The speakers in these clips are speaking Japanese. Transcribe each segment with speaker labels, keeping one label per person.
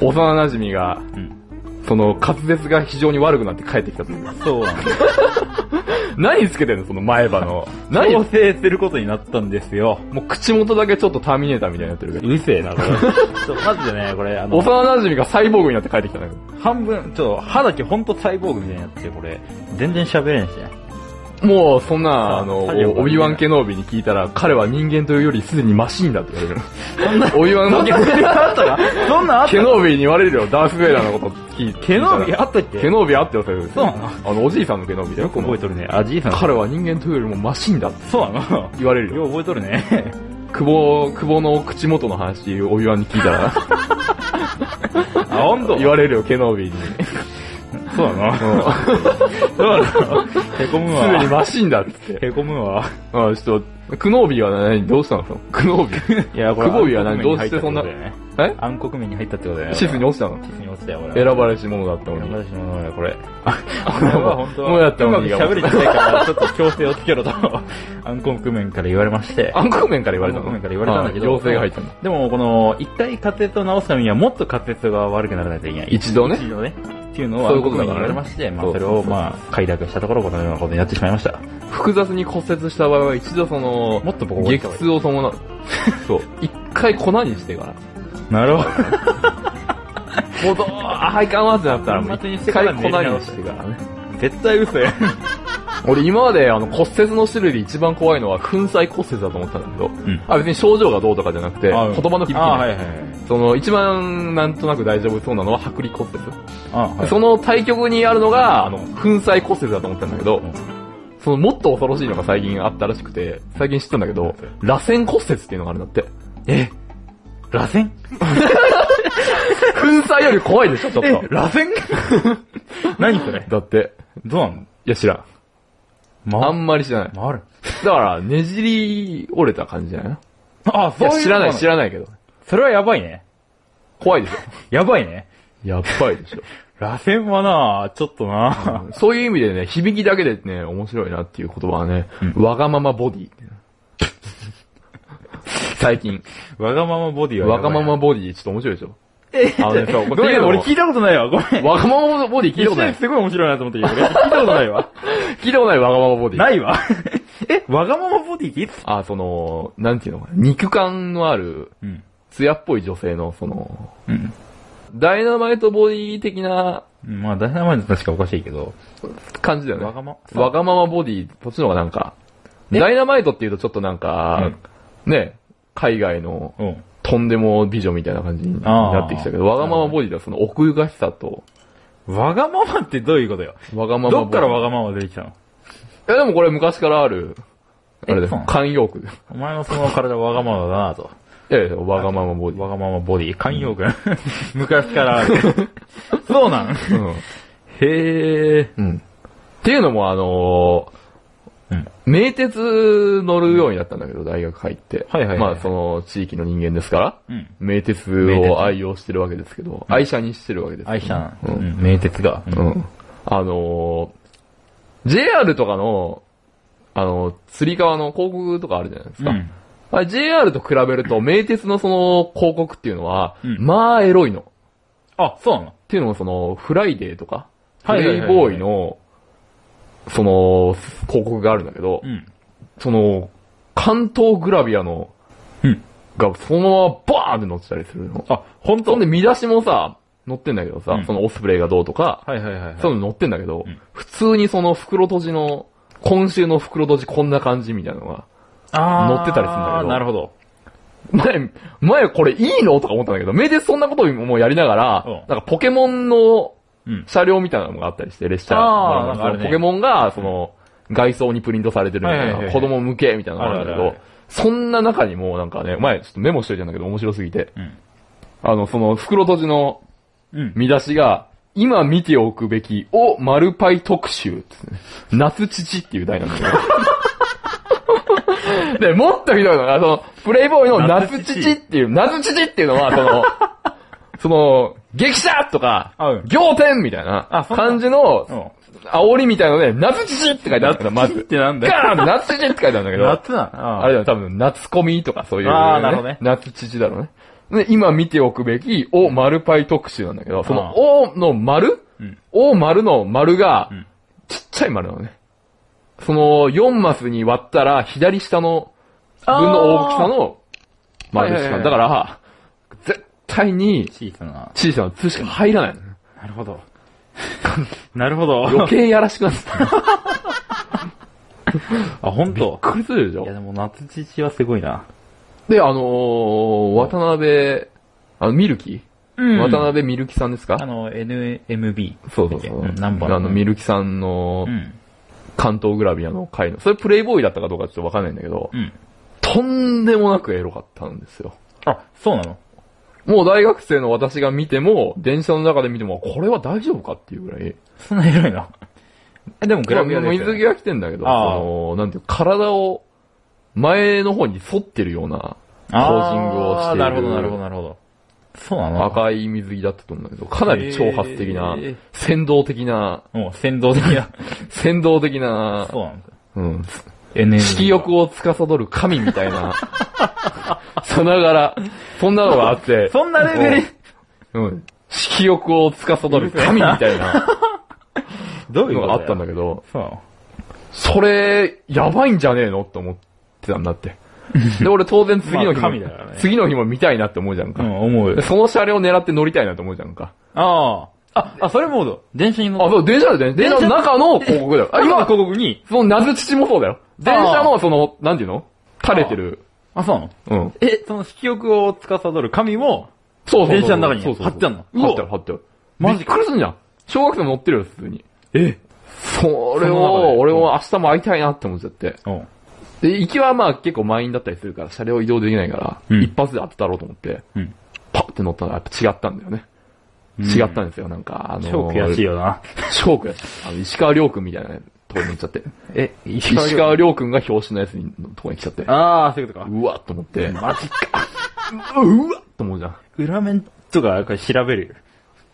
Speaker 1: 幼馴染が、
Speaker 2: うん。
Speaker 1: その、滑舌が非常に悪くなって帰ってきたと。
Speaker 2: そうなんです。
Speaker 1: 何つけてんのその前歯の。何
Speaker 2: 調整することになったんですよ。
Speaker 1: もう口元だけちょっとターミネーターみたいになってるけど。
Speaker 2: うるせえな、これ。ちょまずね、これ、あの、
Speaker 1: 幼馴染がサイボーグになって帰ってきたんだけ
Speaker 2: 半分、ちょっと歯だけほんとサイボーグみたいになって、これ、全然喋れんし ね。
Speaker 1: ど。もう、そんな、
Speaker 2: あ
Speaker 1: あの、
Speaker 2: 作業が
Speaker 1: オビワンケノービに聞いたら、彼は人間というよりすでにマシーンだって言われる。
Speaker 2: そんな、
Speaker 1: オビワンのケ
Speaker 2: そんなあったかそんなあった
Speaker 1: ケノービに言われるよ、ダース・ベイダーのこと聞い
Speaker 2: 毛の
Speaker 1: 聞い
Speaker 2: あったったけ
Speaker 1: らケノービあってよ、それ。
Speaker 2: そうなの
Speaker 1: あの、おじいさんのケノービだよ、
Speaker 2: よく覚えとるね。あ、じいさん。
Speaker 1: 彼は人間というよりもマシーンだって
Speaker 2: そうなの
Speaker 1: 言われるよ。
Speaker 2: よう覚えとるね。
Speaker 1: 久保、久保の口元の話、オビワンに聞いた ら、
Speaker 2: あ、ほんと
Speaker 1: 言われるよ、ケノービに。
Speaker 2: そうなのそうなのへこむ
Speaker 1: すでに
Speaker 2: わ。
Speaker 1: マシーンだって。
Speaker 2: へこむわ。
Speaker 1: ああ、ちょっと、クノービーは何どうしたのクノービー
Speaker 2: いや、こ
Speaker 1: れ久保井は何どうしてそんなえ
Speaker 2: 暗黒面に入ったってことだよね。
Speaker 1: シスに落ちたの
Speaker 2: シスに落ちたよ、俺。
Speaker 1: 選ばれし者だったの
Speaker 2: 選
Speaker 1: に。
Speaker 2: ばれし者だよ、これ。
Speaker 1: これは本当はもうやった
Speaker 2: う
Speaker 1: の
Speaker 2: ま
Speaker 1: に
Speaker 2: く喋れてないから、ちょっと強制をつけろと、暗黒面から言われまして。
Speaker 1: 暗黒面から言われたの
Speaker 2: 暗黒面から言われたんだけど
Speaker 1: ああ妖精が入ったんだ。
Speaker 2: でも、この、一回滑舌を直すためには、もっと滑舌が悪くならないといけない。
Speaker 1: 一度ね
Speaker 2: 一度ね。っていうのを、
Speaker 1: そういうことだ
Speaker 2: 暗
Speaker 1: か
Speaker 2: 黒
Speaker 1: らね
Speaker 2: 面に言われまして、まあ、
Speaker 1: そう
Speaker 2: それを、まあ、快諾したところ、このようなことになってしまいました。
Speaker 1: 複雑に骨折した場合は一度その、
Speaker 2: もっとボコボコにした
Speaker 1: 激
Speaker 2: 方がいい
Speaker 1: 痛を伴う。そう。 一回粉にしてから。
Speaker 2: なるほど。
Speaker 1: もうどう、ああ、いかんわってなったら、もう
Speaker 2: 粉末にし
Speaker 1: 一
Speaker 2: てか
Speaker 1: 回
Speaker 2: ら
Speaker 1: 粉にしてからね。
Speaker 2: 絶対嘘や。
Speaker 1: 俺今まであの骨折の種類で一番怖いのは粉砕骨折だと思ったんだけど、
Speaker 2: ん
Speaker 1: あ、別に症状がどうとかじゃなくて、言
Speaker 2: あ
Speaker 1: 葉の響きね、
Speaker 2: あ、はいはいはい。
Speaker 1: その一番なんとなく大丈夫そうなのは剥離骨折。
Speaker 2: あ、はい。
Speaker 1: その対局にあるのが、あの、粉砕骨折だと思ったんだけど、
Speaker 2: うん
Speaker 1: そのもっと恐ろしいのが最近あったらしくて、最近知ったんだけど、螺旋骨折っていうのがあるんだって。
Speaker 2: え螺旋
Speaker 1: 粉砕より怖いでしょ、 ちょっ
Speaker 2: 螺旋何それ
Speaker 1: と。だって、
Speaker 2: どうなの
Speaker 1: いや知らん。あ
Speaker 2: ま、
Speaker 1: んまり知らない。
Speaker 2: 回る。
Speaker 1: だから、ねじり折れた感じじゃない
Speaker 2: あ、
Speaker 1: い
Speaker 2: そういう
Speaker 1: や、知らない、知
Speaker 2: ら
Speaker 1: らないけど。
Speaker 2: それはやばいね。
Speaker 1: 怖いでしょ。
Speaker 2: やばいね。
Speaker 1: やっばいでしょ。
Speaker 2: 螺旋はなちょっとな
Speaker 1: そういう意味でね、響きだけでね、面白いなっていう言葉はね、わがままボデ ィ。最近、
Speaker 2: わがままボディはやば
Speaker 1: わ
Speaker 2: い
Speaker 1: がま
Speaker 2: な。
Speaker 1: まボディ、ちょっと面白いでしょ。
Speaker 2: え
Speaker 1: あのねそう
Speaker 2: ごめん、俺
Speaker 1: って
Speaker 2: 聞
Speaker 1: い
Speaker 2: いたことないわ。ごめん。
Speaker 1: わがままボディ聞いた
Speaker 2: 一
Speaker 1: ことな
Speaker 2: 瞬
Speaker 1: い。
Speaker 2: すごい面白いなと思ったけ ど、俺聞いたことないわ。
Speaker 1: 聞いたことないわがままボディ。
Speaker 2: ないわ。 え、わがままボディ聞いた
Speaker 1: あ、その、なんていうのかな。肉感のある、
Speaker 2: うん。
Speaker 1: 艶っぽい女性の、その、
Speaker 2: うん。
Speaker 1: ダイナマイトボディ的な
Speaker 2: まあ、ダイナマイト確かおかしいけど。
Speaker 1: 感じだよね。
Speaker 2: わがま
Speaker 1: わがままボディ、そっちの方がなんか、
Speaker 2: え
Speaker 1: ダイナマイトっていうとちょっとなんか、ね、海外の
Speaker 2: うん。
Speaker 1: とんでも美女みたいな感じになってきたけど、
Speaker 2: あー
Speaker 1: わがままボディではその奥ゆかしさと、
Speaker 2: わがままってどういうことよ。
Speaker 1: わがままボデ
Speaker 2: ど
Speaker 1: ィ。
Speaker 2: っからわがまま出てきたの
Speaker 1: いやでもこれ昔からある、あれだ
Speaker 2: えそうな
Speaker 1: よ
Speaker 2: の、
Speaker 1: 慣用句。
Speaker 2: お前のその体わがままだなと。
Speaker 1: いやいや、わがままボディ。
Speaker 2: わがままボディ、慣 用句。昔から ある。そうなん
Speaker 1: うん
Speaker 2: へえ。
Speaker 1: うん。っていうのも、あのー
Speaker 2: うん
Speaker 1: 名鉄乗るようになったんだけど、大学入って。
Speaker 2: はいはいはい
Speaker 1: まあ、その、地域の人間ですから、
Speaker 2: うん。
Speaker 1: 名鉄
Speaker 2: 名鉄
Speaker 1: を愛用してるわけですけど、愛車にしてるわけです。
Speaker 2: 愛車な
Speaker 1: う
Speaker 2: の。
Speaker 1: ん
Speaker 2: うん。名鉄が。
Speaker 1: う。ん。あのー JR とかの、あの、釣り革の広告とかあるじゃないですか。
Speaker 2: うん。
Speaker 1: あれ JR と比べると、名鉄のその広告っていうのは、
Speaker 2: うん
Speaker 1: まあ、エロいの。
Speaker 2: あ、そうなの
Speaker 1: っていうのもその、フライデーとか、プ
Speaker 2: はいはいはい
Speaker 1: レイ
Speaker 2: はい
Speaker 1: ボーイの、その、広告があるんだけど、
Speaker 2: ん。
Speaker 1: その、関東グラビアの、
Speaker 2: うん。
Speaker 1: がそのままバーンって載ってたりするの。
Speaker 2: あ、ほん
Speaker 1: そ
Speaker 2: と
Speaker 1: んで見出しもさ、載ってんだけどさ、
Speaker 2: うん
Speaker 1: そのオスプレイがどうとか、
Speaker 2: はいはいはいはい。
Speaker 1: そういうの載ってんだけど、
Speaker 2: ん
Speaker 1: 普通にその袋閉じの、今週の袋閉じこんな感じみたいなのが、
Speaker 2: あー
Speaker 1: 乗ってたりするんだけど
Speaker 2: なるほど。
Speaker 1: 前、前これいいのとか思ったんだけど、目でそんなこともやりながら、
Speaker 2: うん
Speaker 1: なんかポケモンの
Speaker 2: うん。
Speaker 1: 車両みたいなのがあったりして、列車。
Speaker 2: あ
Speaker 1: ま
Speaker 2: ーなんかあるね
Speaker 1: ポケモンが、その、外装にプリントされてるみた
Speaker 2: は
Speaker 1: い
Speaker 2: いはいはい
Speaker 1: な、子供向けみたいなのがあるんだけ
Speaker 2: あるあ
Speaker 1: ど
Speaker 2: るあ、
Speaker 1: そんな中にもうなんかね、前ちょっとメモしといたんだけど面白すぎて、
Speaker 2: うん。
Speaker 1: あの、その袋閉じの
Speaker 2: うん。
Speaker 1: 見出しが、今見ておくべき、を丸パイ特集ですね。夏父っていう題なんだけど。 で、もっとひどいのが、その、プレイボーイの夏
Speaker 2: 夏
Speaker 1: 父
Speaker 2: 父
Speaker 1: っていう、夏父っていうのは、その、そ の、激写とか
Speaker 2: うん、
Speaker 1: 仰天みたいな
Speaker 2: あそんな
Speaker 1: 感じの
Speaker 2: う、ん。
Speaker 1: 煽りみたいので、夏父って書いてあったんだ、ま
Speaker 2: っ
Speaker 1: ず。
Speaker 2: てなんだよ。
Speaker 1: ガーン夏父って書いてあるんだけど、
Speaker 2: 夏なの
Speaker 1: あれだよ、多分、夏コミとかそういう、
Speaker 2: あーなるほどね
Speaker 1: 夏父だろうね。で、今見ておくべき、お、丸パイ特集なんだけど、そ
Speaker 2: ああ
Speaker 1: の、おの丸
Speaker 2: うん。
Speaker 1: お丸の丸が
Speaker 2: うん、
Speaker 1: ちっちゃい丸なのね。その、4マスに割ったら、左下の、分の大きさの丸し
Speaker 2: はいはいは
Speaker 1: か、
Speaker 2: い
Speaker 1: だから、絶対に、
Speaker 2: 小さな。
Speaker 1: 小さな通しか入らないの ね。
Speaker 2: なるほど。なるほど。
Speaker 1: 余計やらしくなってた。
Speaker 2: あ、本当。
Speaker 1: これするでし
Speaker 2: い
Speaker 1: ょ
Speaker 2: や、でも夏父はすごいな。
Speaker 1: で、あのー、渡辺、あの、ミルキ
Speaker 2: う
Speaker 1: 渡辺ミルキさんです
Speaker 2: あ
Speaker 1: か
Speaker 2: の、NMB。
Speaker 1: そうそうそう。
Speaker 2: んナンバー
Speaker 1: あの、ミルキさんの
Speaker 2: う、ん。
Speaker 1: 関東グラビアの回の、それプレイボーイだったかどうかちょっとわかんないんだけど、
Speaker 2: うん。
Speaker 1: とんでもなくエロかったんですよ。
Speaker 2: あ、そうなの
Speaker 1: もう大学生の私が見ても、電車の中で見ても、これは大丈夫かっていうぐらい。
Speaker 2: そんな偉いな。え、でもグラビア
Speaker 1: まあ
Speaker 2: ですよ
Speaker 1: 水着は着てんだけど、そ
Speaker 2: ああ
Speaker 1: の、なんていうか体を前の方に反ってるようなポージングをして
Speaker 2: あー
Speaker 1: いる
Speaker 2: なるほど、なるほど、なるほど。そうなの
Speaker 1: 赤い水着だったと思うんだけど、かなり挑発的な
Speaker 2: へえ、
Speaker 1: 先導的な、
Speaker 2: もう先 導的な。
Speaker 1: 先導的な
Speaker 2: そ、うなんですよ。
Speaker 1: うん、
Speaker 2: NMB。
Speaker 1: 色欲を司る神みたいな、 さながら、そんなのがあって、
Speaker 2: そんなレベル、
Speaker 1: うん。色欲を司る神みたいな
Speaker 2: どういう
Speaker 1: の
Speaker 2: こ
Speaker 1: が
Speaker 2: と
Speaker 1: あったん
Speaker 2: だ
Speaker 1: だけ
Speaker 2: よ
Speaker 1: ど、
Speaker 2: そうなの
Speaker 1: それ、やばいんじゃねえのって思ってたんだ って。で、俺当然次の日
Speaker 2: まあ
Speaker 1: も、
Speaker 2: 神だからね
Speaker 1: 次の日も見たいなって思うじゃん
Speaker 2: う
Speaker 1: か。
Speaker 2: ん、思うよ
Speaker 1: で。その車両狙って乗りたいなって思うじゃんか。
Speaker 2: ああ。あ、あ、それもそうだ電車に乗
Speaker 1: あ、
Speaker 2: った。
Speaker 1: そう、電車だよね。電車の中の広告だよ。あ、
Speaker 2: 今
Speaker 1: 今
Speaker 2: の、広告に、
Speaker 1: その謎父もそうだよ。電車のその、なんていうの垂れてる。
Speaker 2: あ、そうなの
Speaker 1: うん。
Speaker 2: え、その色欲を司る神も、
Speaker 1: そうそうそう。
Speaker 2: 電車の中に
Speaker 1: そうそうそう
Speaker 2: 貼ってあんの
Speaker 1: 貼ってある、貼ってある。
Speaker 2: マ
Speaker 1: マ
Speaker 2: ジ
Speaker 1: ジびっくりすんじゃん。小学生も乗ってるよ、普通に。
Speaker 2: え
Speaker 1: それ
Speaker 2: その中で
Speaker 1: を、俺も明日も会いたいなって思っちゃって。
Speaker 2: うん。
Speaker 1: で、行きはまあ結構満員だったりするから、車両移動できないから、
Speaker 2: うん
Speaker 1: 一発で当てたろうと思って、
Speaker 2: うん。
Speaker 1: パッて乗ったらやっぱ違ったんだよね。違ったんですよ、なんか、あのー、
Speaker 2: 超悔しいよな。
Speaker 1: 超悔しい。あの、石川亮君みたいなとこに行っちゃって。
Speaker 2: え、 石
Speaker 1: 石川亮君が表紙のやつに、のとこに来ちゃって。
Speaker 2: ああ、そういうことか。
Speaker 1: うわっと思って、うわ
Speaker 2: マジか。
Speaker 1: っと思うじゃん。
Speaker 2: 裏面とか、これ調べるよ。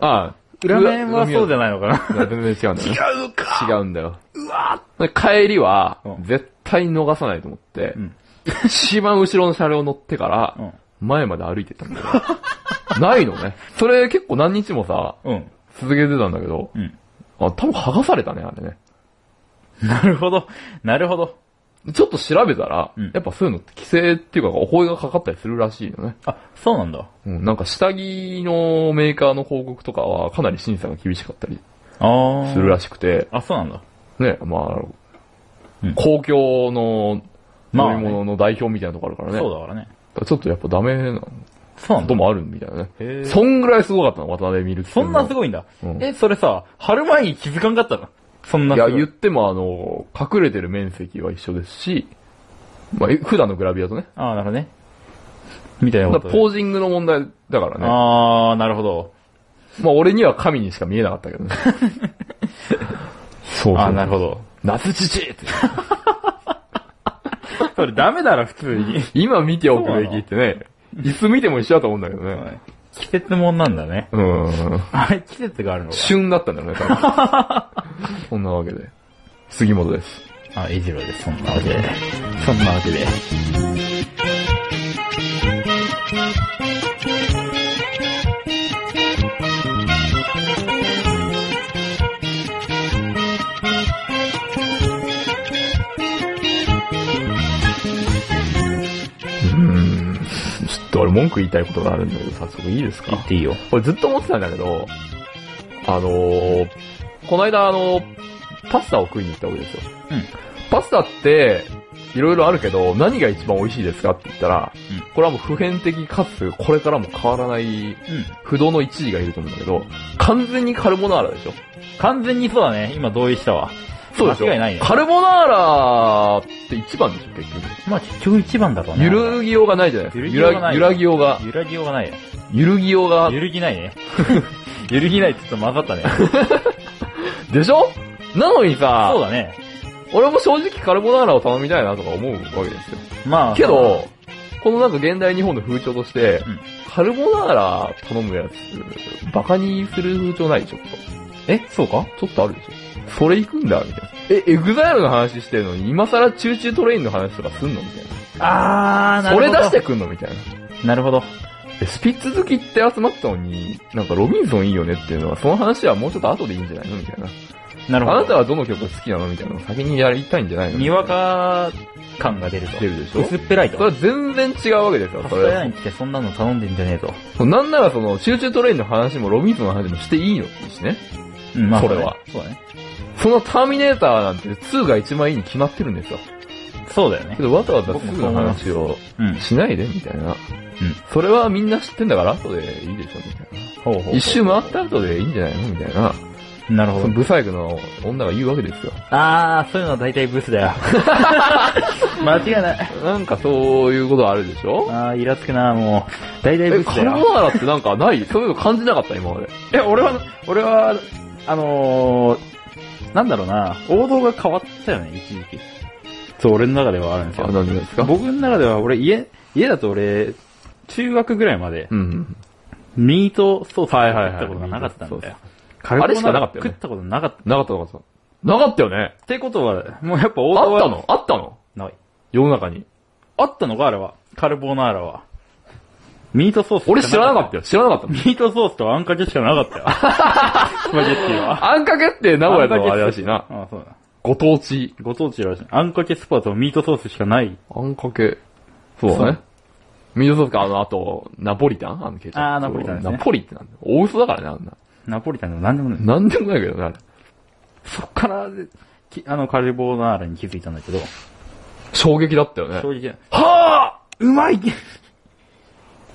Speaker 1: ああ。
Speaker 2: 裏面はそうじ
Speaker 1: ゃ
Speaker 2: ゃないのかな。
Speaker 1: 全然違うんだよね。
Speaker 2: 違うか
Speaker 1: 違うんだよ。で帰りは
Speaker 2: うん、
Speaker 1: 絶対逃さないと思って、
Speaker 2: ん
Speaker 1: 一番後ろの車両乗ってから、
Speaker 2: うん
Speaker 1: 前まで歩いてったんだよ。 ないのね。それ結構何日もさ、
Speaker 2: うん。
Speaker 1: 続けてたんだけど、
Speaker 2: うん。
Speaker 1: あ、多分剥がされたね、あれね。
Speaker 2: なるほど。なるほど。
Speaker 1: ちょっと調べたら、
Speaker 2: うん
Speaker 1: やっぱそういうのって規制っていうか、お声がかかったりするらしいよね。
Speaker 2: あ、そうなんだ。
Speaker 1: うん、なんか下着のメーカーの広告とかはかなり審査が厳しかったり
Speaker 2: ああ。
Speaker 1: するらしくて、
Speaker 2: あ、そうなんだ。
Speaker 1: ね、まあ
Speaker 2: うん、
Speaker 1: 公共の
Speaker 2: まあ
Speaker 1: 飲み物の代表みたいなとこあるからね。
Speaker 2: そうだからね。
Speaker 1: だからちょっとやっぱダメな
Speaker 2: そうな
Speaker 1: こ
Speaker 2: ん
Speaker 1: と
Speaker 2: だ。
Speaker 1: もあるみたいな
Speaker 2: へー
Speaker 1: ね。そんぐらいすごかったの、渡辺美る
Speaker 2: そんなす
Speaker 1: い
Speaker 2: ごいんだ
Speaker 1: う。ん
Speaker 2: え、それさ、春前に気づかんかったのそんないすご
Speaker 1: や、
Speaker 2: い。
Speaker 1: 言ってもあの、隠れてる面積は一緒ですし、まあ、え普段のグラビアとね。
Speaker 2: ああ、なるほどね。みたいな
Speaker 1: だ
Speaker 2: こ
Speaker 1: か
Speaker 2: と
Speaker 1: ら。ポージングの問題だからね。
Speaker 2: ああ、なるほど。
Speaker 1: まあ、俺には神にしか見えなかったけど ね。そうそう。
Speaker 2: ああ、なるほど。
Speaker 1: 夏父って
Speaker 2: それダメだろ、普通に。
Speaker 1: 今見ておくべきってね、椅子見ても一緒だと思うんだけどね。
Speaker 2: 季節もんなんだね。
Speaker 1: うん。
Speaker 2: あれ、季節があるのか。
Speaker 1: 旬だったんだろうね、多分。 そんなわけで。杉本です。
Speaker 2: あ、イジロです。そんなわけで。そんなわけで。
Speaker 1: ちょっと俺文句言いたいことがあるんだけど、早速いいですか
Speaker 2: 言っていいよ。
Speaker 1: 俺ずっと思ってたんだけど、あのー、この間あの、パスタを食いに行ったわけですよ。
Speaker 2: うん
Speaker 1: パスタって、いろいろあるけど、何が一番美味しいですかって言ったら、
Speaker 2: うん
Speaker 1: これはもう普遍的かつ、これからも変わらない
Speaker 2: うん。
Speaker 1: 不動の一時がいると思うんだけど、完全にカルボナーラでしょ
Speaker 2: 完全にそうだね。今同意したわ。
Speaker 1: そうでしょ
Speaker 2: 間違いないね
Speaker 1: カルボナーラって一番でしょ、結局。
Speaker 2: まあ結局一番だろうな。
Speaker 1: 揺るぎようがないじゃないですか。
Speaker 2: 揺らぎようがない
Speaker 1: 揺らぎようが。
Speaker 2: 揺らぎようがないよ。
Speaker 1: 揺るぎようが
Speaker 2: 揺るぎないね。 揺るぎないってちょっと混ざったね。
Speaker 1: でしょなのにさ
Speaker 2: そう、だね。
Speaker 1: 俺も正直カルボナーラを頼みたいなとか思うわけですよ。
Speaker 2: まあ。
Speaker 1: けど、このなんか現代日本の風潮として、
Speaker 2: うん
Speaker 1: カルボナーラ頼むやつ、バカにする風潮ないちょっ
Speaker 2: え、そうか
Speaker 1: と。ちょっとあるでしょそれ行くんだみたいな。え、エグザイルの話してるのに、今更チューチュートレインの話とかすんのみたいな。
Speaker 2: あー、なる
Speaker 1: そ
Speaker 2: ほ
Speaker 1: れ
Speaker 2: ど。
Speaker 1: 出してくんのみたいな。
Speaker 2: て。なるほど。
Speaker 1: えスピッツ好きって集まったのに、なんかロビンソンいいよねっていうのは、その話はもうちょっと後でいいんじゃないのみたいな。
Speaker 2: なるほ
Speaker 1: あ
Speaker 2: ど。
Speaker 1: なたはどの曲が好きなのみたいなのを先にやりたいんじゃないの
Speaker 2: にわか感が出ると。
Speaker 1: 出るでしょ
Speaker 2: 薄っぺらい
Speaker 1: そ
Speaker 2: と。
Speaker 1: れは全然違うわけですよ、
Speaker 2: パ
Speaker 1: そ
Speaker 2: スタヤ
Speaker 1: れ
Speaker 2: にってそんなの頼んでんじゃねえと。
Speaker 1: は。なんならその、集中トレインの話もロビンソンの話もしていいのしね。
Speaker 2: うん、
Speaker 1: それは。
Speaker 2: そうだね。
Speaker 1: そのターミネーターなんて2が一番いいに決まってるんですよ。
Speaker 2: そうだよね
Speaker 1: け。どわざわざ2の話を
Speaker 2: うん。
Speaker 1: しないで、みたいな。うん。それはみんな知ってんだから後でいいでしょ、みたい
Speaker 2: ほうほうほ
Speaker 1: な。
Speaker 2: う
Speaker 1: 一周回った後でいいんじゃないのみたいな。
Speaker 2: なるほ
Speaker 1: その
Speaker 2: ど。
Speaker 1: ブサイクの女が言うわけですよ。
Speaker 2: あー、そういうのは大体ブスだよ。 間違いない。
Speaker 1: なんかそういうことあるでしょ
Speaker 2: あー、イラつくな、もう。大体
Speaker 1: え、
Speaker 2: ブス
Speaker 1: カ
Speaker 2: だ
Speaker 1: ルボ
Speaker 2: よ。
Speaker 1: ナーラってなんかないそういうの感じなかった今まで。
Speaker 2: え、俺は、俺は、あのー、なんだろうな、王道が変わったよね、一時期。そう、俺の中ではあるんです
Speaker 1: あ、
Speaker 2: よ。
Speaker 1: 何がですか
Speaker 2: 僕の中では、俺、家、家だと俺、中学ぐらいまで、
Speaker 1: うん。
Speaker 2: ミートソース
Speaker 1: はいはいはい
Speaker 2: 食ったことがなかったん
Speaker 1: ミート
Speaker 2: だ
Speaker 1: ソー
Speaker 2: よ。カルボ
Speaker 1: あれし
Speaker 2: ナ
Speaker 1: か
Speaker 2: ー
Speaker 1: なか
Speaker 2: ラ
Speaker 1: ったよね
Speaker 2: 食ったことなかった。
Speaker 1: なかったなかった。なかったよね。
Speaker 2: ってことは、もうやっぱ王道
Speaker 1: あ
Speaker 2: は。
Speaker 1: ったのあったの
Speaker 2: ない。
Speaker 1: 世の中に。
Speaker 2: あったのか、あれは。カルボナーラは。ミートソース
Speaker 1: 俺知らなかった
Speaker 2: よ。
Speaker 1: よ。知らなかったの。
Speaker 2: ミートソースとあんかけしかなかったよ。スパゲッティは。
Speaker 1: あんかけって名古屋のあれらしい
Speaker 2: あん
Speaker 1: な
Speaker 2: か。け。あそうだ。
Speaker 1: ご当地。
Speaker 2: ご当地らしい。あんかけスパとミートソースしかない。
Speaker 1: あんかけ。そうだね。ミートソースか、あの、あと、ナポリタンあのケチャップ。
Speaker 2: あーナポリタンですね
Speaker 1: ナポリってなんだよ。大嘘だからね、あんな。
Speaker 2: ナポリタンでも何でもない。
Speaker 1: なんでもないけどね、あれ。
Speaker 2: そっから、きあの、カルボナーラに気づいたんだけど、
Speaker 1: 衝撃だったよね。
Speaker 2: 正直、
Speaker 1: はぁ
Speaker 2: うまい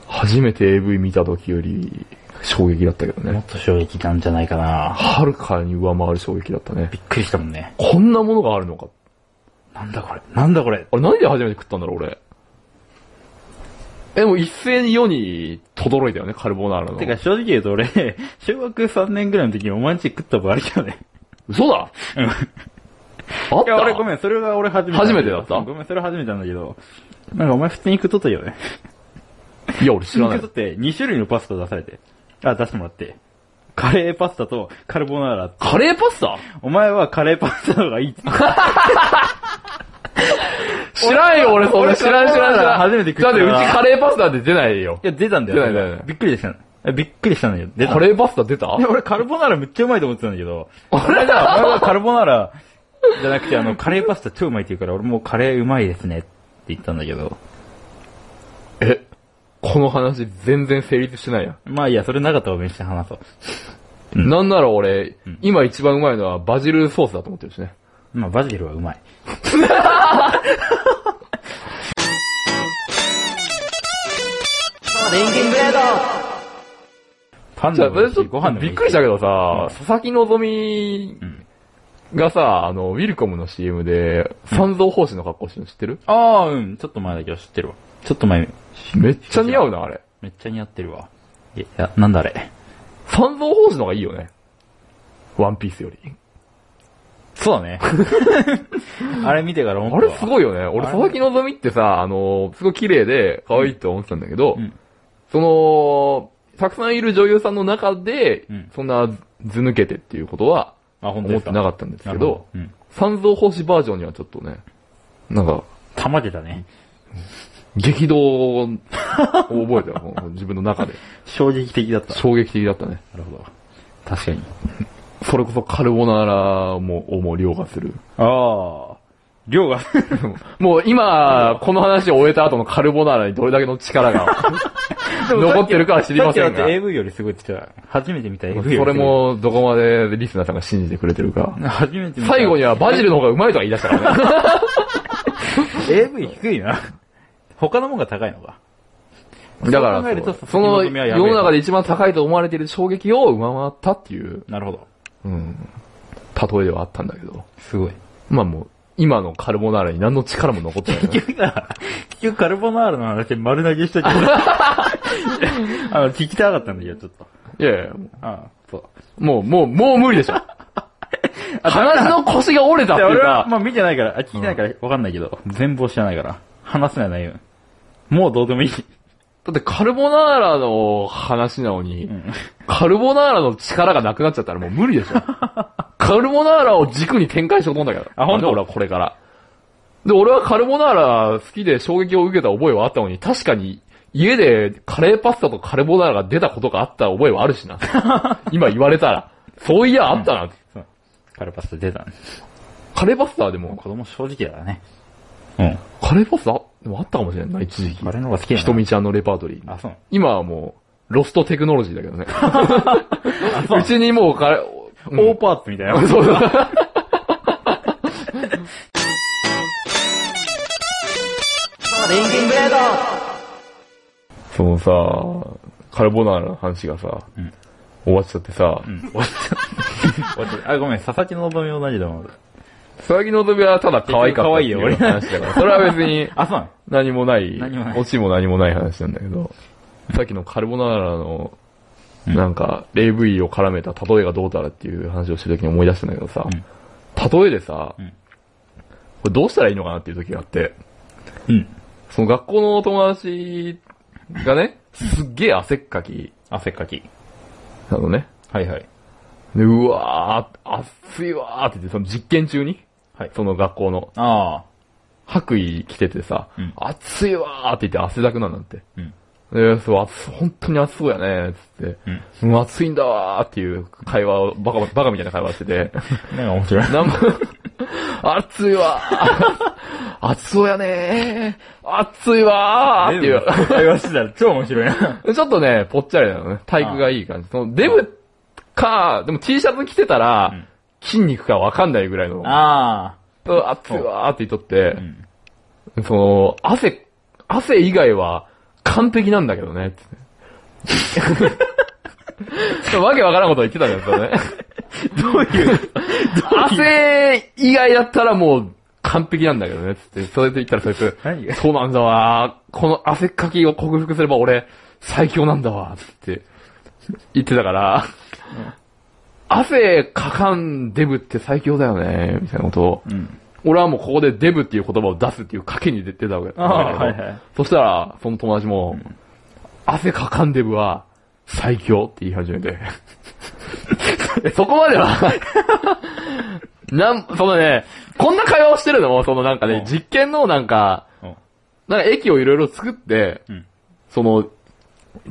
Speaker 1: 初めて AV 見た時より、衝撃だったけど
Speaker 2: も
Speaker 1: ね
Speaker 2: っ。と衝撃なんじゃないかな
Speaker 1: はるかに上回る衝撃だったね。
Speaker 2: びっくりしたもんね。
Speaker 1: こんなものがあるのか。
Speaker 2: なんだこれ。なんだこれ。
Speaker 1: あれ何で初めて食ったんだろう、俺。え、でも一斉に世に轟いたよね、カルボナーラの。
Speaker 2: てか、正直言うと俺、 小学3年ぐらいの時にお前んち食った場合あるけどね。
Speaker 1: 嘘だ
Speaker 2: うん
Speaker 1: あっ
Speaker 2: いや、
Speaker 1: た
Speaker 2: 俺ごめん、それが俺初めて。
Speaker 1: 初めてだった
Speaker 2: ごめん、それ初めてなんだけど。なんかお前普通に食っとったよね。
Speaker 1: いや、俺知らない
Speaker 2: 普通に食っ。とって、2種類のパスタ出されて。あ、出してもらって。カレーパスタとカルボナーラ。
Speaker 1: カレーパスタ
Speaker 2: お前はカレーパスタの方 がいいっつって。
Speaker 1: 知らんよ、俺、それ
Speaker 2: 俺
Speaker 1: 知らん、知らん、知らん。
Speaker 2: 初めて食った
Speaker 1: だって、うちカレーパスタって出ないよ
Speaker 2: い。や、出たんだ
Speaker 1: 出ない出ない出
Speaker 2: よ
Speaker 1: な。い
Speaker 2: びっくりしたの。えびっくりしたんだよ。出た
Speaker 1: カ。レーパスタ出た
Speaker 2: いや、俺カルボナーラめっちゃうまいと思ってたんだけど。
Speaker 1: あ
Speaker 2: お前
Speaker 1: れ
Speaker 2: が、お前
Speaker 1: だ
Speaker 2: はカルボナーラじゃなくて、あの、カレーパスタ超うまいって言うから、俺もうカレーうまいですねって言ったんだけど。
Speaker 1: え、この話全然成立してないや。
Speaker 2: まあいいや、それなかったらお弁して話そう。うん
Speaker 1: なんなら俺、今一番うまいのはバジルソースだと思ってるしね。
Speaker 2: まあ、バジルはうまい。レンゲンブレードパン
Speaker 1: じゃ
Speaker 2: ダ
Speaker 1: あ、
Speaker 2: もいい
Speaker 1: ちょ
Speaker 2: し
Speaker 1: っ
Speaker 2: ご飯
Speaker 1: と
Speaker 2: でもいいし
Speaker 1: びっくりしたけどさ、佐々木希
Speaker 2: うん
Speaker 1: がさ、あの、ウィルコムの CM で、三蔵法師の格好してるの知ってる
Speaker 2: ああ、うん。ちょっと前だけど知ってるわ。ちょっと前、
Speaker 1: めっちゃ似合うな、あれ。
Speaker 2: めっちゃ似合ってるわ。いやいや、なんだあれ。
Speaker 1: 三蔵法師の方がいいよね。ワンピースより。
Speaker 2: そうだね。 あれ見てから思った
Speaker 1: あ
Speaker 2: わ。
Speaker 1: れすごいよね。俺、
Speaker 2: あ
Speaker 1: 佐
Speaker 2: れ
Speaker 1: 々木希ってさ、あの、すごい綺麗で、可愛いと思ってたんだけど、
Speaker 2: うん
Speaker 1: その、たくさんいる女優さんの中で、
Speaker 2: うん
Speaker 1: そんなず抜けてっていうことは、
Speaker 2: あ、本当
Speaker 1: 思
Speaker 2: で
Speaker 1: っ
Speaker 2: す
Speaker 1: て
Speaker 2: か
Speaker 1: なかったんですけ
Speaker 2: なる
Speaker 1: ど、
Speaker 2: ほうん。
Speaker 1: 三蔵法師バージョンにはちょっとね、なんか、
Speaker 2: たまげたね。
Speaker 1: 激動を覚えたよ、もう自分の中 で。
Speaker 2: 衝撃的だった。
Speaker 1: 衝撃的だったね。
Speaker 2: なるほど。確かに。
Speaker 1: それこそカルボナーラも、をもう凌駕する。
Speaker 2: ああ。量が、
Speaker 1: もう今、この話を終えた後のカルボナーラにどれだけの力 が残ってるかは知りません
Speaker 2: さっきだ
Speaker 1: が
Speaker 2: って。AV よりすごいって言ってた。初めて見た AV よ
Speaker 1: そ
Speaker 2: りすご
Speaker 1: れ。
Speaker 2: い
Speaker 1: も、どこまでリスナーさんが信じてくれてるか。
Speaker 2: 初めて見た。
Speaker 1: 最後にはバジルの方がうまいとは言い出したからね。
Speaker 2: AV 低いな。他のもんが高いのか。
Speaker 1: だか
Speaker 2: そう考える
Speaker 1: ら
Speaker 2: と
Speaker 1: そ、その、
Speaker 2: 先ほどのはや
Speaker 1: 世
Speaker 2: べえ
Speaker 1: の中で一番高いと思われている衝撃を上回ったっていう、
Speaker 2: なるほど。
Speaker 1: うん、例えではあったんだけど。
Speaker 2: すごい。
Speaker 1: まあもう、今のカルボナーラに何の力も残ってない、ね。
Speaker 2: 結局さ、結局カルボナーラの話で丸投げしたけ ど。あの、聞きたかったんだけど、ちょっと。
Speaker 1: いやいや、
Speaker 2: ああ、そう。
Speaker 1: もう、もう、もう無理でしょ。話の腰が折れたっ
Speaker 2: い
Speaker 1: て
Speaker 2: や
Speaker 1: いう
Speaker 2: 俺は、
Speaker 1: か、
Speaker 2: まあ見てないから、あ、聞いてないからわかんないけど、全貌知らないから、話せない内容。もうどうでもいい。
Speaker 1: だってカルボナーラの話なのに、
Speaker 2: うん。
Speaker 1: カルボナーラの力がなくなっちゃったらもう無理 でしょ。カルボナーラを軸に展開しようと思うんだけど。
Speaker 2: あ本当
Speaker 1: 俺はこれから。で、俺はカルボナーラ好きで衝撃を受けた覚えはあったのに、確かに家でカレーパスタとカレーボナーラが出たことがあった覚えはある しな。今言われたら。そういや、あったな。
Speaker 2: そうカルパスタ出たね。
Speaker 1: カレーパスタはでも、
Speaker 2: 子供正直だね。うん。
Speaker 1: カレーパスタでもあったかもしれない、一時期
Speaker 2: カ。レーの方が好きだ
Speaker 1: ひとみちゃんのレパートリーに。
Speaker 2: あ、そう。
Speaker 1: 今はもう、ロストテクノロジーだけど ね。うちにもうカレー、うん
Speaker 2: オーパーツ みたいな。
Speaker 1: そうだ。
Speaker 2: リンキングレード
Speaker 1: そのさ、カルボナーラの話がさ、
Speaker 2: うん
Speaker 1: 終わっちゃってさ、
Speaker 2: んあ、ごめん、佐々木の望み同じだもん。
Speaker 1: 佐々木のぞみはただ可愛かった。
Speaker 2: 可愛いよ俺
Speaker 1: 話だから。それは別に
Speaker 2: あ、そうなの
Speaker 1: 何もない、
Speaker 2: 何もない
Speaker 1: オチも何もない話なんだけど、さっきのカルボナーラの、
Speaker 2: うん
Speaker 1: なんか、AV を絡めた例えがどうたらっていう話をしてる時に思い出したんだけどさ、例えでさ、
Speaker 2: うん
Speaker 1: これどうしたらいいのかなっていう時があって、
Speaker 2: うん。
Speaker 1: その学校の友達がね、すっげえ汗っかき
Speaker 2: 汗っかき。
Speaker 1: なのね。
Speaker 2: はいはい。
Speaker 1: で、うわー、暑いわーって言って、その実験中に、
Speaker 2: はい
Speaker 1: その学校の
Speaker 2: ああ。
Speaker 1: 白衣着ててさ、
Speaker 2: うん
Speaker 1: 暑いわーって言って汗だくなんだって。
Speaker 2: うん。
Speaker 1: で、そう、暑本当に暑そうやねーっつって、うん、暑いんだわーっていう会話を、バカ、バカみたいな会話してて、
Speaker 2: なんか面白い。
Speaker 1: なんも、暑いわー 暑そうやねー暑いわーっていう。
Speaker 2: 会話してたら超面白いな。
Speaker 1: ちょっとね、ぽっちゃりなのね。体育がいい感じ。そのデブか、でも T シャツ着てたら、
Speaker 2: ん
Speaker 1: 筋肉かわかんないぐらいの、
Speaker 2: あ
Speaker 1: うん熱いわーって言っとって
Speaker 2: あ。う、ん。
Speaker 1: その、汗、汗以外は完璧なんだけどね、ってわけわからんこと言ってたんですよね。
Speaker 2: どういう、
Speaker 1: 汗以外だったらもう完璧なんだけどね、つって。それで言ったらそいつ、
Speaker 2: 何が
Speaker 1: そうなんだわー。この汗かきを克服すれば俺、最強なんだわー。つって、言ってたから、汗かかんデブって最強だよね、みたいなことを。
Speaker 2: うん。
Speaker 1: 俺はもうここでデブっていう言葉を出すっていう賭けに出てたわけ
Speaker 2: ああ、はいはい。
Speaker 1: そしたら、その友達も、汗かかんデブは最強って言い始めて。 そこまでは なん、そのね、こんな会話をしてるのも、そのなんか
Speaker 2: う
Speaker 1: ね
Speaker 2: ん、
Speaker 1: 実験のなんか、
Speaker 2: うん
Speaker 1: なんか駅をいろいろ作って、
Speaker 2: うん
Speaker 1: その、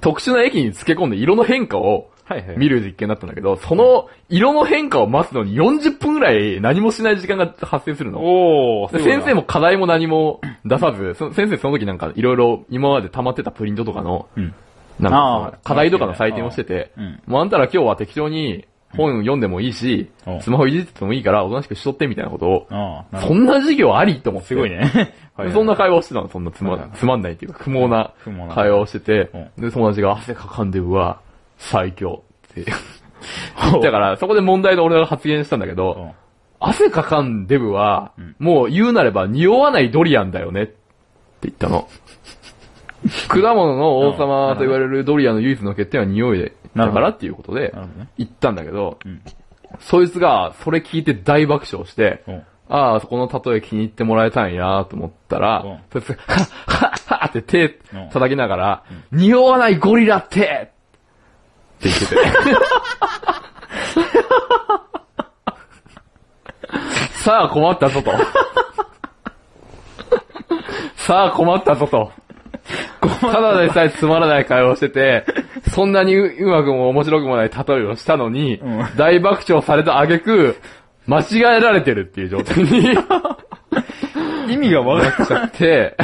Speaker 1: 特殊な駅につけ込んで色の変化を
Speaker 2: はいは
Speaker 1: 見る実験だったんだけど、その色の変化を待つのに40分ぐらい何もしない時間が発生するの。
Speaker 2: おお
Speaker 1: で先生。も課題も何も出さず、そ先生その時なんかいろいろ今まで溜まってたプリントとかの、
Speaker 2: うん。
Speaker 1: なん
Speaker 2: あ
Speaker 1: か
Speaker 2: ー
Speaker 1: 課題とかの採点をしてて
Speaker 2: うん、
Speaker 1: もうあんたら今日は適当に本読んでもいいし
Speaker 2: う、ん
Speaker 1: スマホいじっててもいいからおとなしくしとってみたいなことを、
Speaker 2: ああ。
Speaker 1: そんな授業ありと思って。
Speaker 2: すご いね。
Speaker 1: でそんな会話をしてたの、そんなつま,、
Speaker 2: はいはい
Speaker 1: つまんないっていうか、不毛な
Speaker 2: 不毛な
Speaker 1: 会話をしてて、
Speaker 2: う
Speaker 1: で、友達が汗かかんでうわ、最強 って。だから、そこで問題の俺が発言したんだけど、
Speaker 2: うん。
Speaker 1: 汗かかんデブは、
Speaker 2: ん
Speaker 1: もう言うなれば匂わないドリアンだよねって言った の。果物の王様と言われるドリアンの唯一の欠点は匂いで、
Speaker 2: な
Speaker 1: だ
Speaker 2: るほど
Speaker 1: からっていうことで
Speaker 2: なるほどね、
Speaker 1: 言ったんだけど、
Speaker 2: ん
Speaker 1: そいつがそれ聞いて大爆笑して、
Speaker 2: うん
Speaker 1: ああ、そこの例え気に入ってもらえたんやと思ったら、
Speaker 2: うん
Speaker 1: そいつが、はっはっはって手
Speaker 2: うん
Speaker 1: 叩きながら、匂わないゴリラってって言って て。さあ困ったぞと。 さあ困ったぞと。ただでさえつまらない会話をしてて、そんなにううまくも面白くもない例えをしたのに、
Speaker 2: うん
Speaker 1: 大爆笑された挙句、間違えられてるっていう状態に
Speaker 2: 意味がわか
Speaker 1: なっちゃって、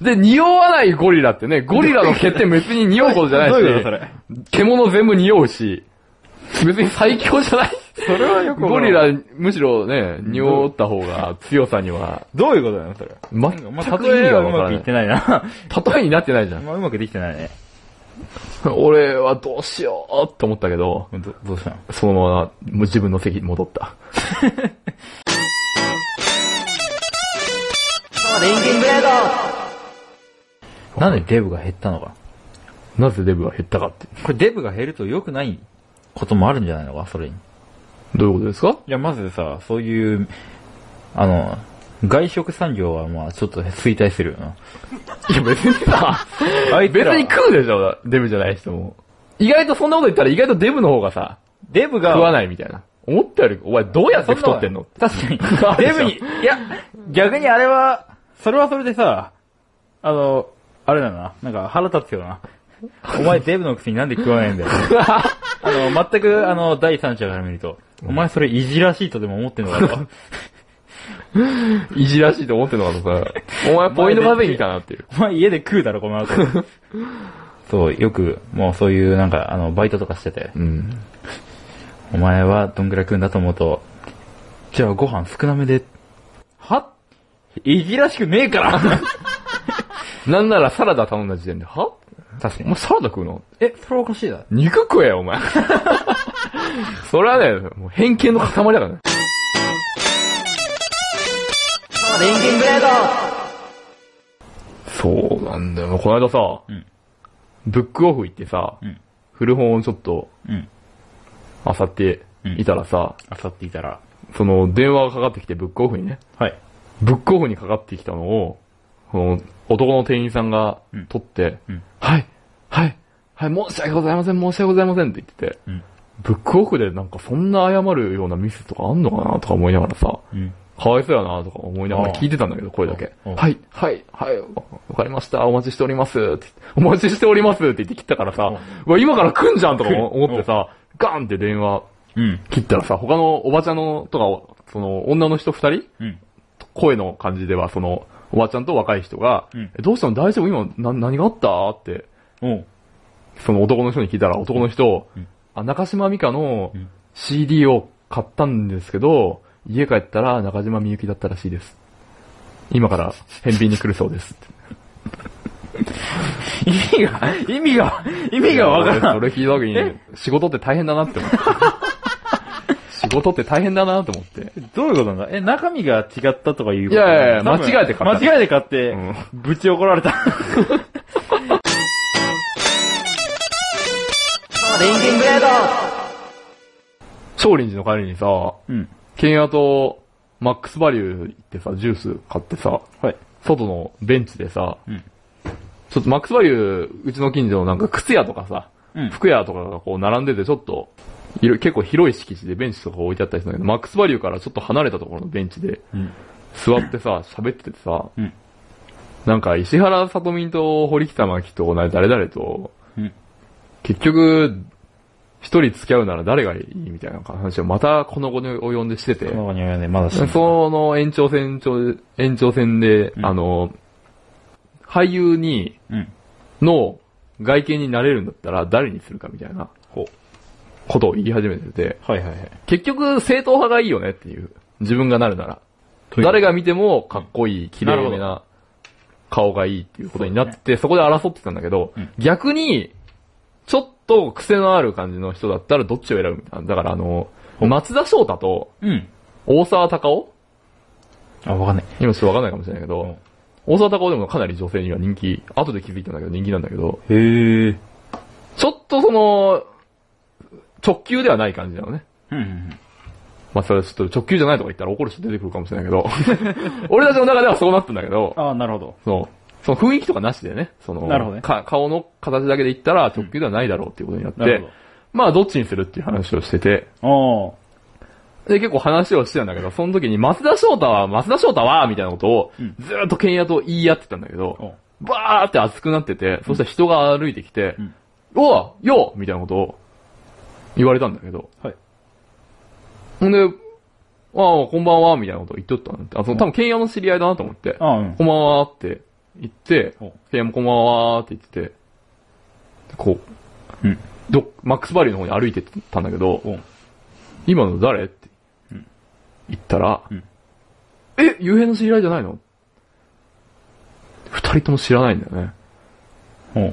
Speaker 1: で、匂わないゴリラってね、ゴリラの欠点別に匂うことじゃないし、
Speaker 2: どういうことそれ
Speaker 1: 獣全部匂うし、別に最強じゃない。
Speaker 2: それはよくわか
Speaker 1: ゴ
Speaker 2: らな
Speaker 1: リ
Speaker 2: い
Speaker 1: ラ、むしろね、匂った方が強さには、
Speaker 2: どういうことなのそれ。
Speaker 1: 全く意
Speaker 2: ま
Speaker 1: 味
Speaker 2: あ、例え
Speaker 1: が
Speaker 2: は
Speaker 1: わ
Speaker 2: う
Speaker 1: から
Speaker 2: まく
Speaker 1: ない
Speaker 2: いっ。てないな。
Speaker 1: 例えになってないじゃん。
Speaker 2: まあ、うまくできてないね。
Speaker 1: 俺はどうしようって思ったけど、
Speaker 2: ど、どうしたの
Speaker 1: そのままもう自分の席に戻った。
Speaker 2: なんでデブが減ったのか。
Speaker 1: なぜデブが減ったかって。
Speaker 2: これデブが減ると良くないこともあるんじゃないのかそれに。い
Speaker 1: どういうことですか
Speaker 2: や、まずさ、そういう、あの、外食産業はまあちょっと衰退するよな。
Speaker 1: いや別にさ、
Speaker 2: あい つ
Speaker 1: 別
Speaker 2: ら
Speaker 1: に食うでしょ、デブじゃない人も。意外とそんなこと言ったら意外とデブの方がさ、
Speaker 2: デブが、
Speaker 1: 食わないみたいな。思ったより、お前どうやって太ってんのって
Speaker 2: 確かに
Speaker 1: あ。るでし
Speaker 2: デ
Speaker 1: ょ
Speaker 2: ブに、いや、逆にあれは、それはそれでさ、あの、あれだな。なんか腹立つけどな。お前デブのくせになんで食わないんだ よ。あの、全く、あの、第三者から見ると、お前それいじらしいとでも思ってんのかと。
Speaker 1: いじらしいと思ってんのかとさ、 お前ポイント稼ぎかなっていう。
Speaker 2: お前家で食うだろ、この後。 そう、よく、もうそういう、なんか、あの、バイトとかしてて、
Speaker 1: うん。
Speaker 2: お前はどんぐらい食うんだと思うと、じゃあご飯少なめで、はいじらしくねえから
Speaker 1: なんならサラダ頼んだ時点で、は
Speaker 2: 確か
Speaker 1: お前。サラダ食うの
Speaker 2: え、それおかしいだ。
Speaker 1: 肉食えよ、お 前。それはね、もう偏見の塊だからね。
Speaker 2: レンゲンブレード
Speaker 1: そうなんだよ。この間さ、
Speaker 2: うん
Speaker 1: ブックオフ行ってさ、
Speaker 2: うん
Speaker 1: 古本をちょっと
Speaker 2: うん。
Speaker 1: 漁っていたらさ、
Speaker 2: あさっていたら、
Speaker 1: その電話がかかってきてブックオフにね、
Speaker 2: はい。
Speaker 1: ブックオフにかかってきたのを、その男の店員さんが
Speaker 2: うん
Speaker 1: 取って、
Speaker 2: うん
Speaker 1: はい、はい、はい、申し訳ございません、申し訳ございませんって言ってて、
Speaker 2: うん。
Speaker 1: ブックオフでなんかそんな謝るようなミスとかあんのかなとか思いながらさ、
Speaker 2: うん。
Speaker 1: かわいそうやなとか思いながら聞いてたんだけど、声だけ。
Speaker 2: うん
Speaker 1: はい、はい、はい、わかりました、お待ちしておりますって言って、お待ちしておりますって言って切ったからさ、うわ、今から来んじゃんとか思思ってさ、ガーンって電話
Speaker 2: うん。
Speaker 1: 切ったらさ、他のおばちゃんのとか、その女の人二人
Speaker 2: うん。
Speaker 1: 声の感じでは、その、おばちゃんと若い人が、
Speaker 2: うん
Speaker 1: えどうしたの大丈夫今な、何があったって、
Speaker 2: おう。
Speaker 1: その男の人に聞いたら、男の人、
Speaker 2: うん
Speaker 1: あ中島美香の
Speaker 2: うん
Speaker 1: CD を買ったんですけど、家帰ったら中島みゆきだったらしいです。今から返品に来るそうです。
Speaker 2: 意味が、意味が、意味がわからん。
Speaker 1: 俺それ聞いた時に、仕事って大変だなって 思って。仕事って大変だなって思って。
Speaker 2: どういうことなんだえ、中身が違ったとかいうことい
Speaker 1: いやいやいや間違えて買った
Speaker 2: 間違えて買って
Speaker 1: うん、
Speaker 2: ぶち怒られた。レンゲンブレード
Speaker 1: 少林寺の帰りにさ、
Speaker 2: うん。
Speaker 1: ケンヤとマックスバリュー行ってさ、ジュース買ってさ、
Speaker 2: はい。
Speaker 1: 外のベンチでさ、
Speaker 2: うん
Speaker 1: ちょっとマックスバリュー、うちの近所のなんか靴屋とかさ、
Speaker 2: うん。
Speaker 1: 服屋とかがこう並んでてちょっと、いろ結構広い敷地でベンチとか置いてあったりするんだけど、マックスバリューからちょっと離れたところのベンチで
Speaker 2: うん。
Speaker 1: 座って さ、喋っててさ、
Speaker 2: うん
Speaker 1: なんか石原さとみと堀北真希と同じ誰々と、
Speaker 2: うん
Speaker 1: 結局、一人付き合うなら誰がいいみたいな話をまたこの後に及んでしてて、
Speaker 2: この子にはね、まだし
Speaker 1: その延長線上、延長線で、
Speaker 2: うん
Speaker 1: あの、俳優に、
Speaker 2: う。うん。
Speaker 1: の外見になれるんだったら誰にするかみたいな、こうことを言い始めてて、
Speaker 2: はいはいはい。
Speaker 1: 結局正統派がいいよねっていう、自分がなるなら。誰が見てもかっこいい、綺麗
Speaker 2: な
Speaker 1: め
Speaker 2: るほ
Speaker 1: な顔がいいっていうことになってて、そこで争ってたんだけど、
Speaker 2: うん
Speaker 1: 逆に、ちょっと癖のある感じの人だったらどっちを選ぶみたいな。だからあの、松田翔太と
Speaker 2: うん。
Speaker 1: 大沢たかお
Speaker 2: あ、わかんない。
Speaker 1: 今ちょっとわかんないかもしれないけど、大沢たかおでもかなり女性には人気、後で気づいたんだけど人気なんだけど、
Speaker 2: へー。
Speaker 1: ちょっとその、直球ではない感じなのね。
Speaker 2: うんうん
Speaker 1: まあそれはちょっと直球じゃないとか言ったら怒る人出てくるかもしれないけ ど、俺たちの中ではそうなったんだけど、
Speaker 2: うん。あ、なるほど。
Speaker 1: その、その雰囲気とかなしでね、その、
Speaker 2: なるほどね
Speaker 1: か顔の形だけで言ったら直球ではないだろうっていうことになって、
Speaker 2: なる
Speaker 1: まあどっちにするっていう話をしてて、
Speaker 2: ほ
Speaker 1: で、結構話をしてたんだけど、その時に、松田翔太は、松田翔太は、みたいなことを
Speaker 2: うん、
Speaker 1: ずーっと剣屋と言い合ってたんだけ
Speaker 2: ど。
Speaker 1: ど、
Speaker 2: お
Speaker 1: バーって熱くなってて、そしたら人が歩いてきて
Speaker 2: うん、
Speaker 1: おわようみたいなことを言われたんだけど、
Speaker 2: はい。
Speaker 1: ほんで、ああ、こんばんは、みたいなことを言っとったんだって。あ、その、多分、ケンヤの知り合いだなと思って、
Speaker 2: あうん。
Speaker 1: こんばんはって言って、
Speaker 2: お
Speaker 1: ケンヤもこんばんはって言ってて、こう、
Speaker 2: うん。
Speaker 1: どっ、マックスバリューの方に歩いてったんだけど、
Speaker 2: お
Speaker 1: 今の誰って言ったら、
Speaker 2: うん
Speaker 1: え、ゆうへいの知り合いじゃないの二人とも知らないんだよね。
Speaker 2: お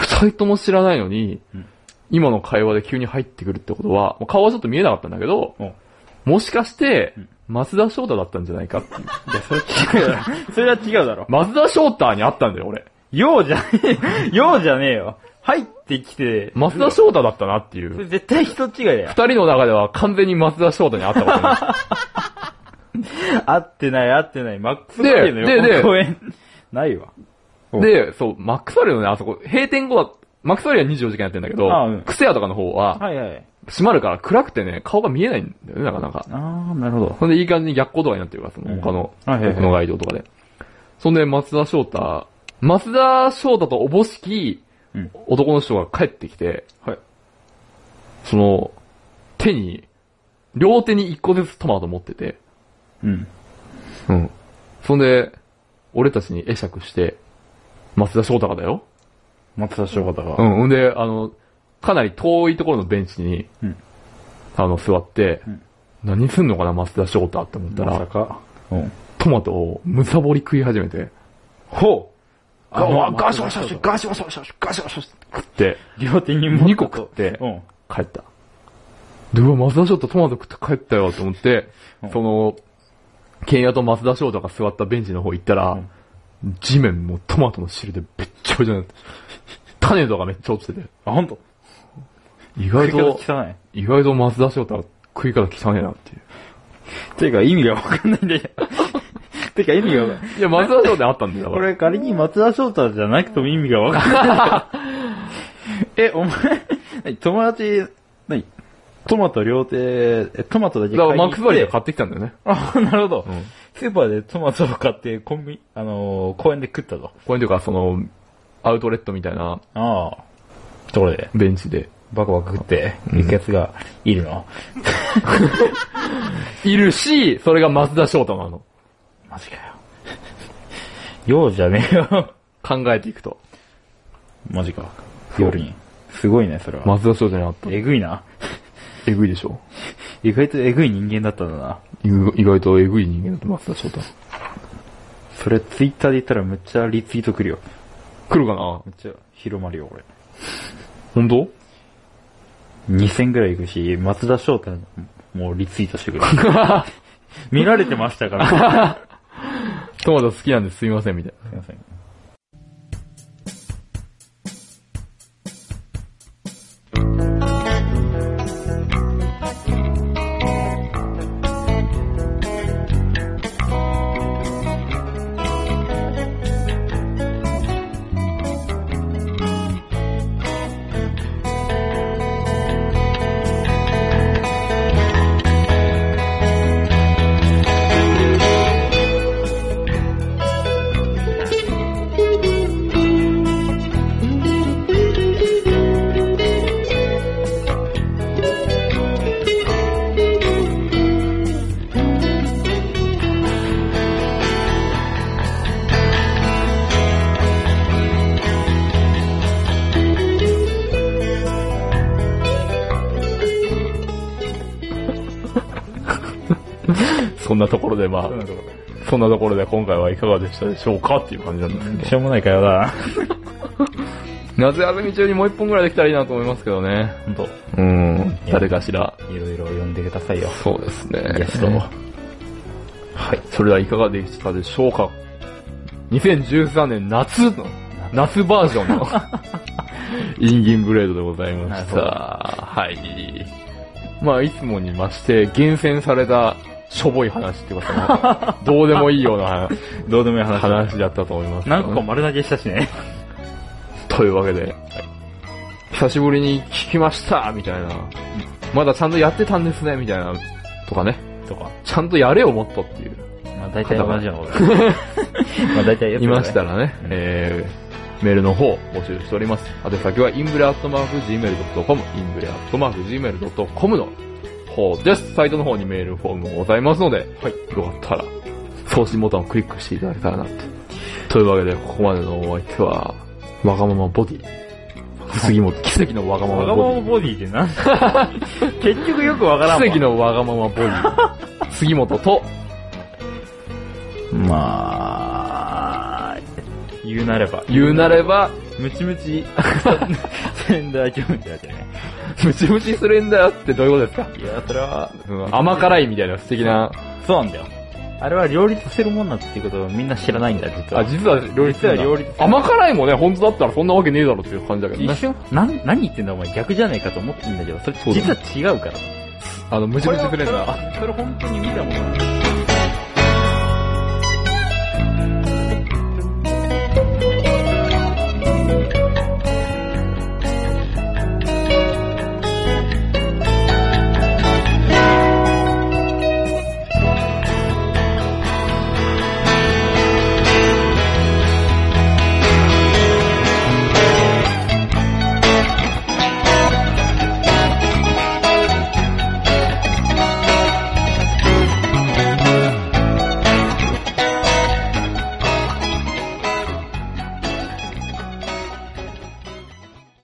Speaker 1: 二人とも知らないのに、
Speaker 2: うん
Speaker 1: 今の会話で急に入ってくるってことは、もう顔はちょっと見えなかったんだけど、
Speaker 2: お
Speaker 1: もしかして
Speaker 2: うん、
Speaker 1: 松田翔太だったんじゃないかっていう。
Speaker 2: いや、それは違うだ ろ。それは違うだろ。
Speaker 1: 松田翔太に会ったんだよ、俺。
Speaker 2: ようじゃねえ、 ようじゃねえよ。入ってきて、
Speaker 1: 松田翔太だったなってい。
Speaker 2: そうれ絶対人違いだよ
Speaker 1: 二。人の中では完全に松田翔太に会ったこと な
Speaker 2: 合ってない合ってない。マックスバリューの
Speaker 1: でで
Speaker 2: 横の公園。ないわ。
Speaker 1: い。で、そう、マックスバリューのね、あそこ、閉店後は、マックスバリューは24時間やってんだけど
Speaker 2: あうん、
Speaker 1: クセアとかの方は、
Speaker 2: はいはい。
Speaker 1: 閉まるから暗くてね、顔が見えないんだよね、なかなか。
Speaker 2: ああ、なるほど。
Speaker 1: ほんで、いい感じに逆光とかになってるから、その他の、
Speaker 2: うんはいはいはい
Speaker 1: 僕のガイドとかで。そんで、松田翔太松田翔太とおぼしき
Speaker 2: うん
Speaker 1: 男の人が帰ってきて、
Speaker 2: はい。
Speaker 1: その、手に、両手に一個ずつトマト持ってて、
Speaker 2: うん。
Speaker 1: うん。そんで、俺たちに会釈して、松田翔太がだよ。
Speaker 2: 松田翔太
Speaker 1: う
Speaker 2: が。
Speaker 1: ん。ほんで、あの、かなり遠いところのベンチに、
Speaker 2: うん
Speaker 1: あの、座って、
Speaker 2: ん
Speaker 1: 何すんのかな、松田翔太って思った
Speaker 2: まさ
Speaker 1: ら、
Speaker 2: か。うん。
Speaker 1: トマトをむさぼり食い始めて、ほう
Speaker 2: あ
Speaker 1: ガガシ
Speaker 2: 松
Speaker 1: ガ
Speaker 2: 田
Speaker 1: シ
Speaker 2: 翔
Speaker 1: ガ
Speaker 2: 太
Speaker 1: シガシガシガシガシガシ食って、
Speaker 2: 両手に
Speaker 1: 2個食って
Speaker 2: うん。
Speaker 1: 帰った。で、うわ、松田翔太トマト食って帰ったよと思って
Speaker 2: う、ん
Speaker 1: その、ケンヤと松田翔太が座ったベンチの方行ったら、地面もうトマトの汁でべっちょべちょになって、種とかめっちゃ落ちてて、
Speaker 2: あ、ほんと。
Speaker 1: 意
Speaker 2: 食
Speaker 1: 外
Speaker 2: い方
Speaker 1: と、
Speaker 2: 汚い。
Speaker 1: 意外と松田翔太は食い方汚ねえなっていう。
Speaker 2: ていうか意味がわかんないんだけど。 ていうか意味が、
Speaker 1: いや、松田翔太あったんだよ、
Speaker 2: これ仮に松田翔太じゃなくても意味がわかん ない。え、お前、何友達、何トマト両手、えトマトだけ
Speaker 1: だか
Speaker 2: 買い
Speaker 1: らマ
Speaker 2: に行っ
Speaker 1: ッ
Speaker 2: て
Speaker 1: クスバリューで買ってきたんだよね。
Speaker 2: あ、なるほど。
Speaker 1: うん
Speaker 2: スーパーでトマトを買って、コンビ、あのー公園で食ったと。
Speaker 1: これというか、その、アウトレットみたいな
Speaker 2: ああ。ところで、
Speaker 1: ベンチで。
Speaker 2: バカバカ食って、行くやつがいるの。
Speaker 1: いるし、それが松田翔太なの。
Speaker 2: マジかよ。ようじゃねえよ。
Speaker 1: 考えていくと。
Speaker 2: マジか。
Speaker 1: そう
Speaker 2: 夜に。すごいね、それは。
Speaker 1: 松田翔太にあった。
Speaker 2: えぐいな。
Speaker 1: えぐいでしょ
Speaker 2: 意外とえぐい人間だったんだな。
Speaker 1: 意意外とえぐい人間だと松田翔太。
Speaker 2: それツイッターで言ったらめっちゃリツイート来るよ。
Speaker 1: 来るかな
Speaker 2: めっちゃ広まるよ、これ。
Speaker 1: 本当
Speaker 2: 2000ぐらいいくし、松田翔太もうリツイートしてくる。見られてました から。
Speaker 1: トマト好きなんですすみません、みたいな。
Speaker 2: すいません。
Speaker 1: そんなところで、まあ、
Speaker 2: そうなんだろう
Speaker 1: そんなところで今回はいかがでしたでしょうかっていう感じなんですけど。
Speaker 2: しょうもない会話だな。
Speaker 1: 夏休み中にもう一本ぐらいできたらいいなと思いますけどね。
Speaker 2: ほんと、
Speaker 1: うん。誰かしら。
Speaker 2: いろいろ読んでくださいよ。
Speaker 1: そうですね。
Speaker 2: ゲストを。
Speaker 1: はい。それではいかがでしたでしょうか ?2013 年夏の、夏バージョン の、インギンブレードでございまし
Speaker 2: な
Speaker 1: た。はい。まあ、いつもに増して、厳選された、しょぼい話っていうか、 そのどうでもいいような
Speaker 2: どうでもいい話。
Speaker 1: 話だったと思いますけどね、
Speaker 2: 何個か丸投げしたしね。
Speaker 1: というわけで、久しぶりに聞きましたみたいな、まだちゃんとやってたんですねみたいな、とかね、
Speaker 2: とか。
Speaker 1: ちゃんとやれよもっとっていう。
Speaker 2: まあ大体同じよう なことだねまあ大体よく
Speaker 1: いました
Speaker 2: ね。
Speaker 1: らね、えー、メールの方募集しております。宛先は、インブレアットマーク Gmail.com、インブレアットマーク Gmail.com の方です。サイトの方にメールフォームもございますので、よかったら、送信ボタンをクリックしていただけたらなって。というわけで、ここまでのお相手は、わがままボディ。杉本、奇跡のわがま
Speaker 2: わ
Speaker 1: ま
Speaker 2: が
Speaker 1: ボ
Speaker 2: ま
Speaker 1: デ
Speaker 2: まボディってなんだ 結局よくわから
Speaker 1: ィ。
Speaker 2: んわ。
Speaker 1: 奇跡のわがままボディ。杉本と、
Speaker 2: まあ、言うなれば。
Speaker 1: 言うなれば、
Speaker 2: ムチムチ、スレンダー気分ってやつやね。
Speaker 1: ムチムチするんだよってどういうことですか
Speaker 2: いや、それは、
Speaker 1: うん甘辛いみたいな素敵な
Speaker 2: そうなんだよ。あれは両立してるもんなんだっていうことをみんな知らないんだよ、実は。
Speaker 1: あ、実は両立
Speaker 2: 実は両立
Speaker 1: 甘辛いもね、本当だったらそんなわけねえだろっていう感じだけど
Speaker 2: 一
Speaker 1: ね。
Speaker 2: 瞬、なん、何言ってんだお前逆じゃねえかと思ってんだけど、それ
Speaker 1: そうだね
Speaker 2: 実は違うから。
Speaker 1: あの、ムチムチするんだ。
Speaker 2: それ本当に見たもん。